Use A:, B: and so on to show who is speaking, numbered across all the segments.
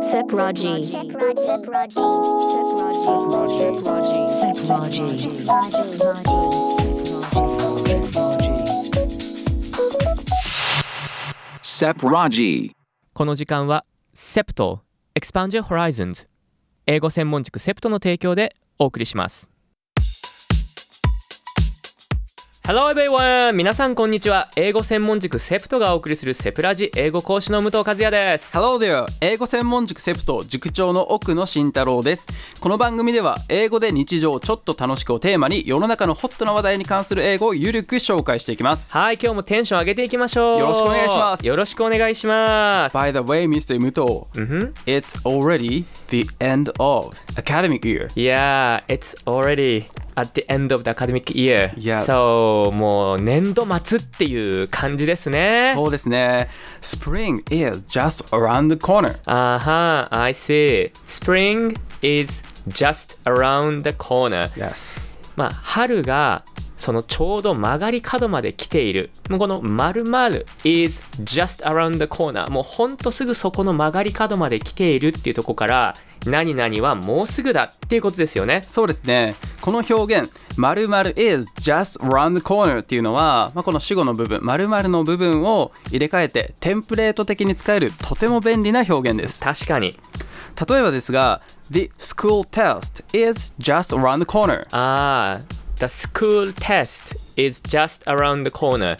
A: Sepraji. Sepraji. Sepraji. Sepraji.
B: Sepraji.
C: この時間は SEPT Expand Your Horizons 英語専門塾 SEPT の提供でお送りします Hello everyone! 皆さんこんにちは英語専門塾 SEPT がお送りするセプラジ英語講師の武藤和也です
D: Hello there! 英語専門塾セプト塾長の奥野慎太郎です。この番組では英語で日常をちょっと楽しくをテーマに世の中のホットな話題に関する英語をゆるく紹介していきます。
C: はい今日もテンション上げていきましょう
D: よろしくお願いします
C: よろしくお願いします
D: By the way, Mr. Muto,
C: うん、
D: it's already the end of academic year.
C: Yeah, it's already at the end of the academic year.
D: Yeah.
C: So, もう年度末っていう感じですね。
D: そうですね。Spring is just around the corner.
C: あは、I see. Spring is just around the corner.
D: Yes.
C: まあ、春がそのちょうど曲がり角まで来ている。もうこの〇〇 is just around the corner。もうほんとすぐそこの曲がり角まで来ているっていうところから、何々はもうすぐだっていうことですよね。
D: そうですね。この表現、〇〇 is just round the corner っていうのは、まあ、この主語の部分、〇〇の部分を入れ替えてテンプレート的に使えるとても便利な表現です。
C: 確かに。
D: 例えばですが、The school test is just round the corner。
C: ああ、The school test is just around the corner.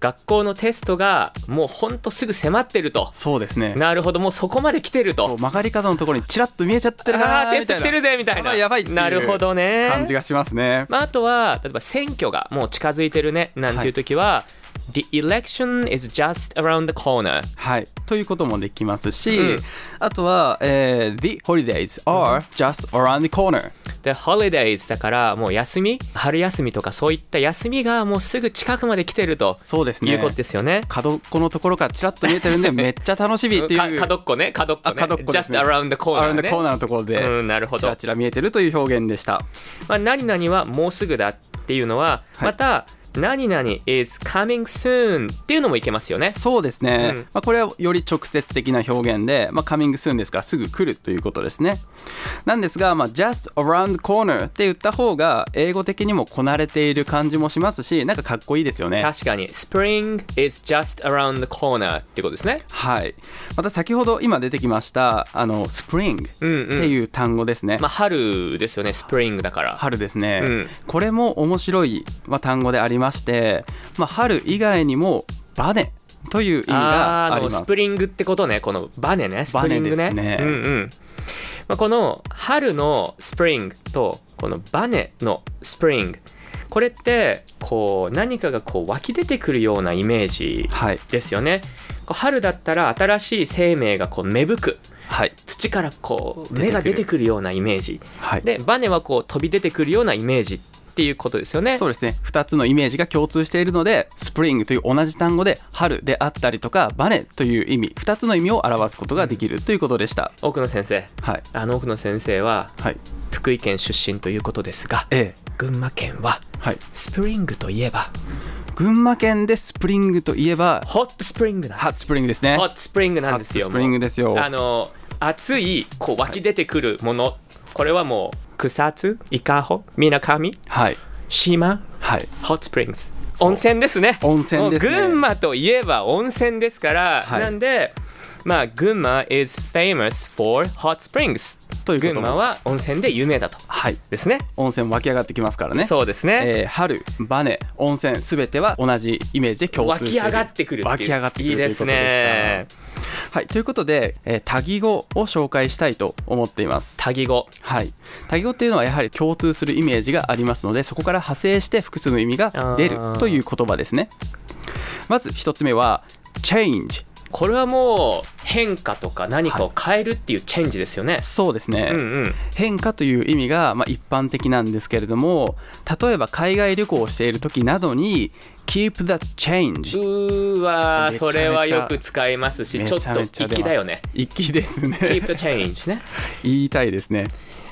C: 学校のテストがもうほんとすぐ迫ってると。
D: そうですね。
C: なるほど、もうそこまで来てる
D: そう
C: と。
D: 曲がり角のところにちらっと見えちゃってる
C: あ
D: な
C: あ、
D: ー
C: テ
D: み
C: ス
D: た
C: ト
D: いな
C: 来てるぜみたい
D: こ
C: な。
D: れやばいっていう
C: なるほどね。
D: 感じがしますね。
C: まあ、あとは、例えば選挙がもう近づいてるねなんていう時は、The election is just around the corner.
D: はい、ということもできますし、
C: うん
D: あとは、えー The holidays are just around the corner。
C: The holidays だからもう休み春休みとかそういった休みがもうすぐ近くまで来てると
D: そうですね。
C: いうことですよね。
D: 角っこのところからちらっと見えてる んでめっちゃ楽しみっていう
C: か角っこね角っこね
D: あ角っこですね
C: just around the corner
D: around
C: ね
D: the corner のところで、
C: うんなるほ
D: ち
C: ど
D: らちら見えてるという表現でした
C: まあ、何々はもうすぐだっていうのは、
D: はい
C: また何々 is coming soon っていうのもいけますよね
D: そうですね、
C: うん
D: まあ、これはより直接的な表現で、まあ、coming soon ですからすぐ来るということですねなんですが、まあ、just around the corner って言った方が英語的にもこなれている感じもしますしなんかかっこいいですよね
C: 確かに Spring is just around the corner ってことですね
D: はいまた先ほど今出てきましたあの spring って
C: うんうん
D: いう単語ですね、
C: まあ春ですよね Spring だから
D: 春ですね、
C: うん
D: これも面白い、まあ、単語でありまして、まあ、春以外にもバネという意味
C: あー
D: があ
C: あ
D: り
C: の
D: ます
C: スプリングってことねこのバネねスプリングね
D: バネです
C: う
D: ね
C: んうんまあ、この春のスプリングとこのバネのスプリングこれってこう何かがこう湧き出てくるようなイメージ
D: はい
C: ですよねこう春だったら新しい生命がこう芽吹く
D: はい
C: 土からこう
D: 出てくる
C: 芽が出てくるようなイメージ
D: はい
C: でバネはこう飛び出てくるようなイメージっていうことですよね
D: そうですね2つのイメージが共通しているのでスプリングという同じ単語で春であったりとかバネという意味2つの意味を表すことができるということでした
C: 奥野先生
D: はい
C: あの奥野先生は
D: はい
C: 福井県出身ということですが
D: ええ
C: 群馬県は
D: はい
C: スプリングといえば
D: 群馬県でスプリングといえば
C: ホットスプリングだ
D: ハットスプリングですね
C: ホットスプリングなんですよ
D: ホットスプリングですよ
C: もうあの熱いこう湧き出てくるもの、これはもう草津伊香保みなかみ
D: はい
C: 島
D: はい
C: ホットスプリングス温泉ですね
D: 温泉ですね
C: もう群馬といえば温泉ですから、
D: はい
C: なんでまあ群馬 is famous for hot springs
D: ということ
C: 群
D: も
C: 馬は温泉で有名だと
D: はい
C: ですね
D: 温泉湧き上がってきますからね
C: そうですね、
D: えー春バネ温泉すべては同じイメージで共
C: 湧
D: 通し
C: き
D: ている
C: 上がってくるっていう
D: 湧き上がってくる
C: いいですね
D: ということでしたはいということで、えー多義語を紹介したいと思っています
C: 多義語
D: はい多義語っていうのはやはり共通するイメージがありますのでそこから派生して複数の意味が出る
C: あー
D: という言葉ですねまず一つ目は change
C: これはもう変化とか何かを変えるっていうチェンジですよね。
D: そうですね、
C: うんうん。
D: 変化という意味が、まあ、一般的なんですけれども例えば海外旅行をしている時などに keep the change
C: うーわ
D: め
C: ー
D: ちゃ
C: そ
D: めちゃ
C: れはよく使いますし
D: め
C: ちょっ
D: ちゃ
C: と
D: めちゃ出ます
C: 粋だよね。
D: 粋ですね
C: Keep the change ね、
D: 言いたいですね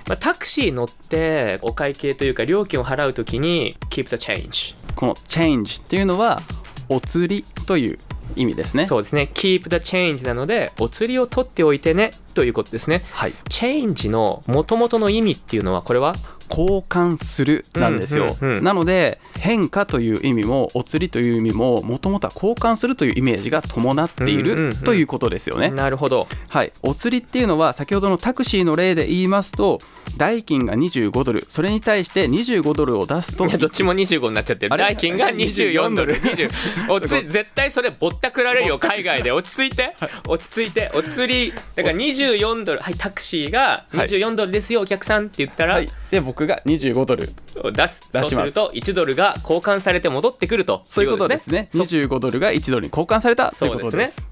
C: まあ、タクシー乗ってお会計というか料金を払うときに Keep the change
D: この change っていうのはお釣りという意味ですね
C: そうですね Keep the change なのでお釣りを取っておいてねということですね。
D: はい、
C: change の元々の意味っていうのはこれは
D: 交換するなんですよ、
C: うんうんうん
D: なので変化という意味もお釣りという意味ももともとは交換するというイメージが伴ってい
C: うんうんう
D: る
C: ん
D: ということですよね、
C: なるほど。
D: はい、お釣りっていうのは先ほどのタクシーの例で言いますと代金が25ドルそれに対して25ドルを出すと
C: いやどっちも25になっちゃってる
D: あれ
C: 代金が24ドル20お つ絶対それぼったくられるよ海外で落ち着いて落ち着いてお釣りだから24ドルはいタクシーが24ドルですよお客さんって言ったら、
D: はい、で僕が25ドル
C: 出す
D: 出
C: そう
D: します
C: すると1ドルが交換されて戻ってくると
D: そういうこと
C: い
D: ですね25ドルが1ドルに交換されたという
C: そう
D: こ
C: で
D: と
C: す
D: で
C: ね
D: す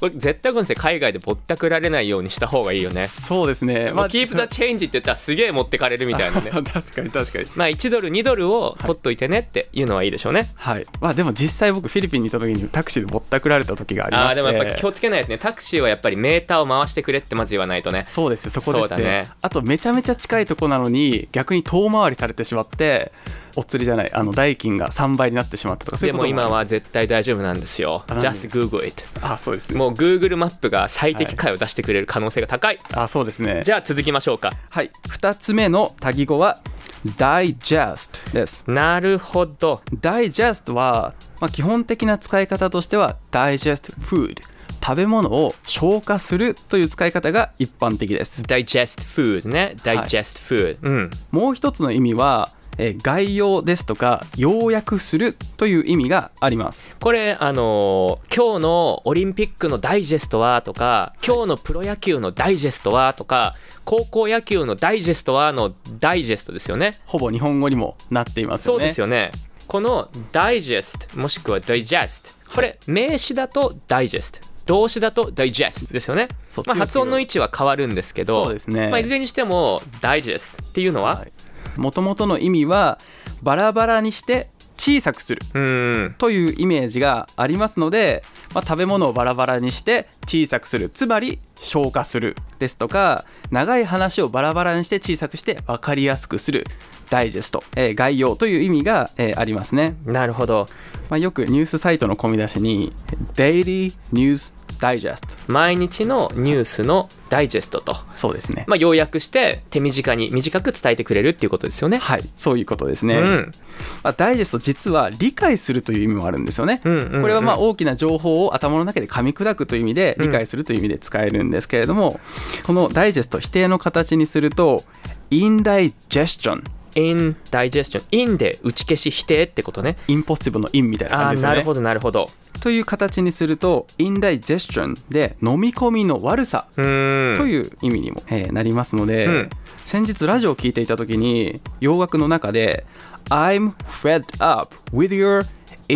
C: これ絶対この人海外でぼったくられないようにした方がいいよね
D: そうですね
C: もうキープ・ザ・チェンジって言ったらすげえ持ってかれるみたいな ね
D: 確かに確かに
C: まあ1ドル2ドルを取っといてねっていうのはいいでしょうね、
D: はいまあでも実際僕フィリピンにいた時にタクシーでぼったくられた時があり
C: あ
D: ま
C: あ
D: して
C: でもやっぱ気をつけないとねタクシーはやっぱりメーターを回してくれってまず言わないとね
D: そうですそこです
C: そうだ
D: ね
C: ね
D: あとめちゃめちゃ近いとこなのに逆に遠回りされてしまってお釣りじゃないあの代金が3倍になってしまったとかそうい
C: で
D: うこと
C: も
D: も
C: 今は絶対大丈夫なんですよ
D: なんで
C: Just Google it
D: あそうですね
C: もう Google マップが最適解を出してくれる可能性が高い、
D: あそうですね
C: じゃあ続きましょうか
D: はい2つ目のタギ語は digest です
C: なるほど
D: digest は、まあ、基本的な使い方としては digest food 食べ物を消化するという使い方が一般的です
C: Digest food ね Digest food、うん
D: もう一つの意味は、えー概要ですとか要約するという意味があります
C: これあのー今日のオリンピックのダイジェストはとか今日のプロ野球のダイジェストはとか高校野球のダイジェストはのダイジェストですよね
D: ほぼ日本語にもなっています
C: そ
D: よ
C: う
D: ね
C: ですよねこのダイジェストもしくはダイジェストこれ名詞だとダイジェスト動詞だとダイジェストですよね
D: そう、
C: ま
D: 強
C: あ、
D: く
C: 発音の位置は変わるんですけど
D: そうですね
C: まあ、いずれにしてもダイジェストっていうのは、
D: もともとの意味はバラバラにして小さくする
C: うーん
D: というイメージがありますので、まあ、食べ物をバラバラにして小さくするつまり消化するですとか長い話をバラバラにして小さくして分かりやすくするダイジェスト、えー概要という意味が、えーありますね、
C: なるほど
D: まあ、よくニュースサイトの込み出しに「Daily News Digest
C: 毎日のニュースのダイジェストと」
D: そうですね、
C: まあ、要約して手短に短く伝えてくれるっていうことですよね。
D: はいそういうことですね、
C: うん
D: まあ、ダイジェスト実は理解するという意味もあるんですよね、
C: んうんうん
D: これはまあ大きな情報を頭の中で噛み砕くという意味で理解するという意味で使えるんですけれども、このダイジェスト否定の形にするとインダイジェスチョン
C: in digestion in で打ち消し否定ってことね。
D: インポッシブルのインみたいな
C: ああ
D: 感
C: ー
D: じです
C: な
D: よ
C: る
D: ね
C: ほどなるほど。
D: という形にするとインダイジェスチョンで飲み込みの悪さ
C: うーん
D: という意味にも、えーなりますので、
C: うん
D: 先日ラジオを聞いていた時に洋楽の中で「I'm fed up with your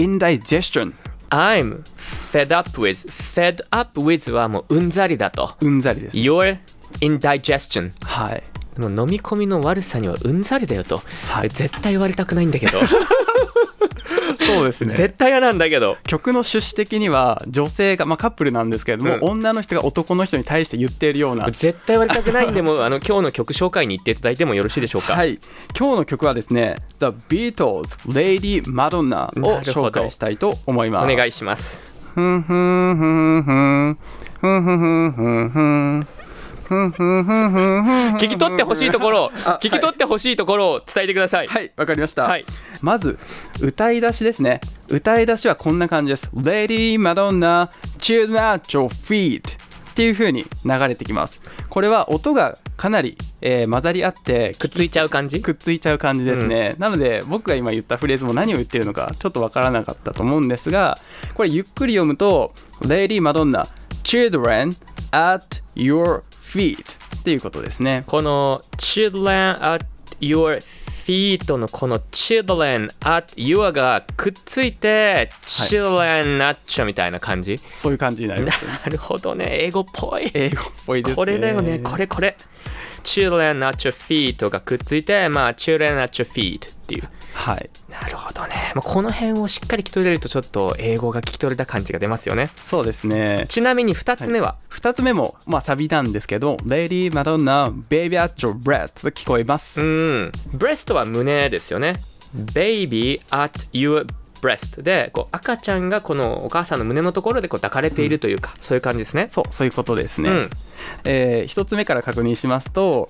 D: indigestion
C: I'm fed up with fed up with はもううんざりだと」。
D: うんざりです
C: Your indigestion
D: はい
C: もう飲み込みの悪さにはうんざりだよと、
D: はい
C: 絶対言われたくないんだけど
D: そうです
C: 絶対嫌なんだけど
D: 曲の趣旨的には女性が、まあ、カップルなんですけれども、
C: うん
D: 女の人が男の人に対して言っているような
C: 絶対言われたくないんでもうあの今日の曲紹介に行っていただいてもよろしいでしょうか、
D: はい今日の曲はですね「The Beatles Lady Madonna」を
C: なるほ
D: 紹
C: ど
D: 介したいと思い
C: お
D: ます
C: 願いします
D: ふんふんふんふんふんふんふんふんふん
C: 聞き取ってほしいと ころを聞き取ってほしいところを伝えてください、
D: はいわかりました、
C: はい
D: まず歌い出しですね歌い出しはこんな感じです「Lady Madonna Cheer Not Your Feet」っていう風に流れてきますこれは音がかなり、えー混ざり合って
C: くっついちゃう感じ
D: くっついちゃう感じですね、なので僕が今言ったフレーズも何を言ってるのかちょっとわからなかったと思うんですがこれゆっくり読むと「Lady Madonna Children at your feet」っていうことですね
C: この children at your feet のこの children at your がくっついて children at you みたいな感じ、
D: そういう感じになり ます
C: なるほどね英語っぽい
D: 英語っぽいですね
C: これだよねこれこれ children at your feet がくっついてまあ children at your feet っていう
D: はい
C: なるほどね、まあ、この辺をしっかり聞き取れるとちょっと英語が聞き取れた感じが出ますよね
D: そうですね
C: ちなみに2つ目は、
D: 2つ目も、まあ、サビなんですけど「Lady Madonna Baby at your breast」と聞こえます、
C: うん、ブレストは胸ですよね。Baby at your breast でこう赤ちゃんがこのお母さんの胸のところでこう抱かれているというか、そういう感じですね。
D: そうそういうことですね、
C: うん
D: えー一つ目から確認しますと、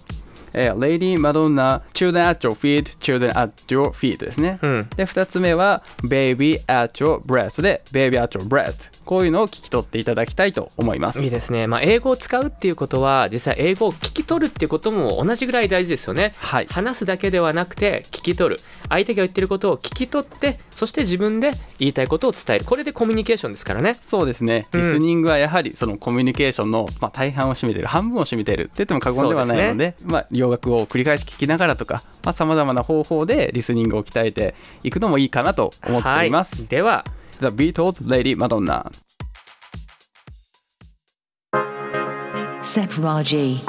D: えー Lady Madonna Children at your feet Children at your feet ですね、
C: うん
D: で二つ目は Baby at your breast で Baby at your breast こういうのを聞き取っていただきたいと思います
C: いいですね、まあ、英語を使うっていうことは実際英語を聞き取るっていうことも同じぐらい大事ですよね、
D: はい
C: 話すだけではなくて聞き取る相手が言ってることを聞き取ってそして自分で言いたいことを伝えるこれでコミュニケーションですからね
D: そうですね、
C: ん
D: リスニングはやはりそのコミュニケーションの、まあ、大半を占めてる半分を占めてるって言っても過言ではないの
C: そ
D: で
C: うで
D: まあ、洋楽を繰り返し聞きながらとかさまざ、まな方法でリスニングを鍛えていくのもいいかなと思っています、
C: はい、では
D: The Beatles Lady Madonna
A: Sep Raji.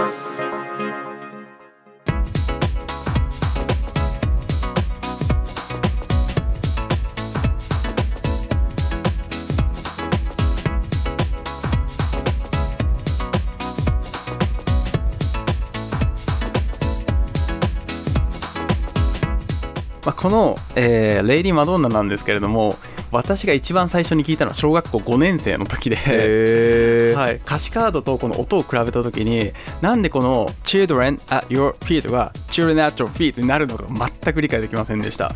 D: まあ、この、えーレイリー・マドンナなんですけれども私が一番最初に聞いたのは小学校5年生の時で、
C: へ
D: はい、歌詞カードとこの音を比べた時になんでこの「Children at your feet」が「Children at your feet」になるのか全く理解できませんでした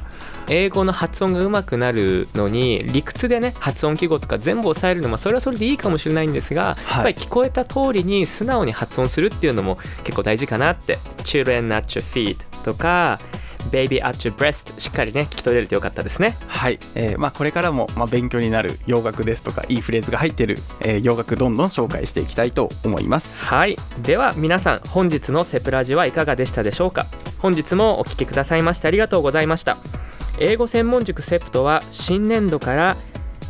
C: 英語の発音が上手くなるのに理屈でね発音記号とか全部抑えるのもそれはそれでいいかもしれないんです
D: は
C: が、
D: い
C: やっぱり聞こえた通りに素直に発音するっていうのも結構大事かなって「Children at your feet」とか「Baby at your breast」しっかりね聞き取れるとよかったですね。
D: はい、えーまあ、これからも、まあ、勉強になる洋楽ですとかいいフレーズが入ってる、えー洋楽どんどん紹介していきたいと思います
C: はいでは皆さん本日のセプラジはいかがでしたでしょうか本日もお聞きくださいましてありがとうございました英語専門塾セプトは新年度から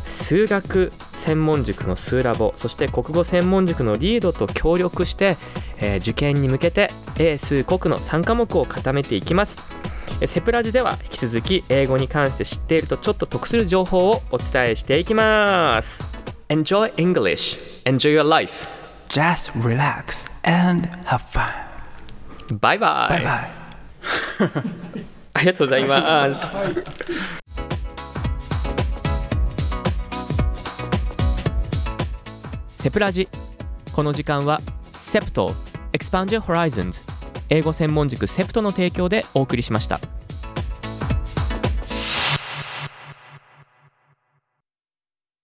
C: 数学専門塾の数ラボそして国語専門塾のリードと協力して、えー受験に向けて英数国の3科目を固めていきますえーセプラジでは引き続き英語に関して知っているとちょっと得する情報をお伝えしていきます Enjoy English Enjoy your life
D: Just relax and have fun
C: バイバイ
D: bye
C: ありがとうございます。セプラジこの時間はセプト Expand Your Horizons 英語専門塾セプトの提供でお送りしました。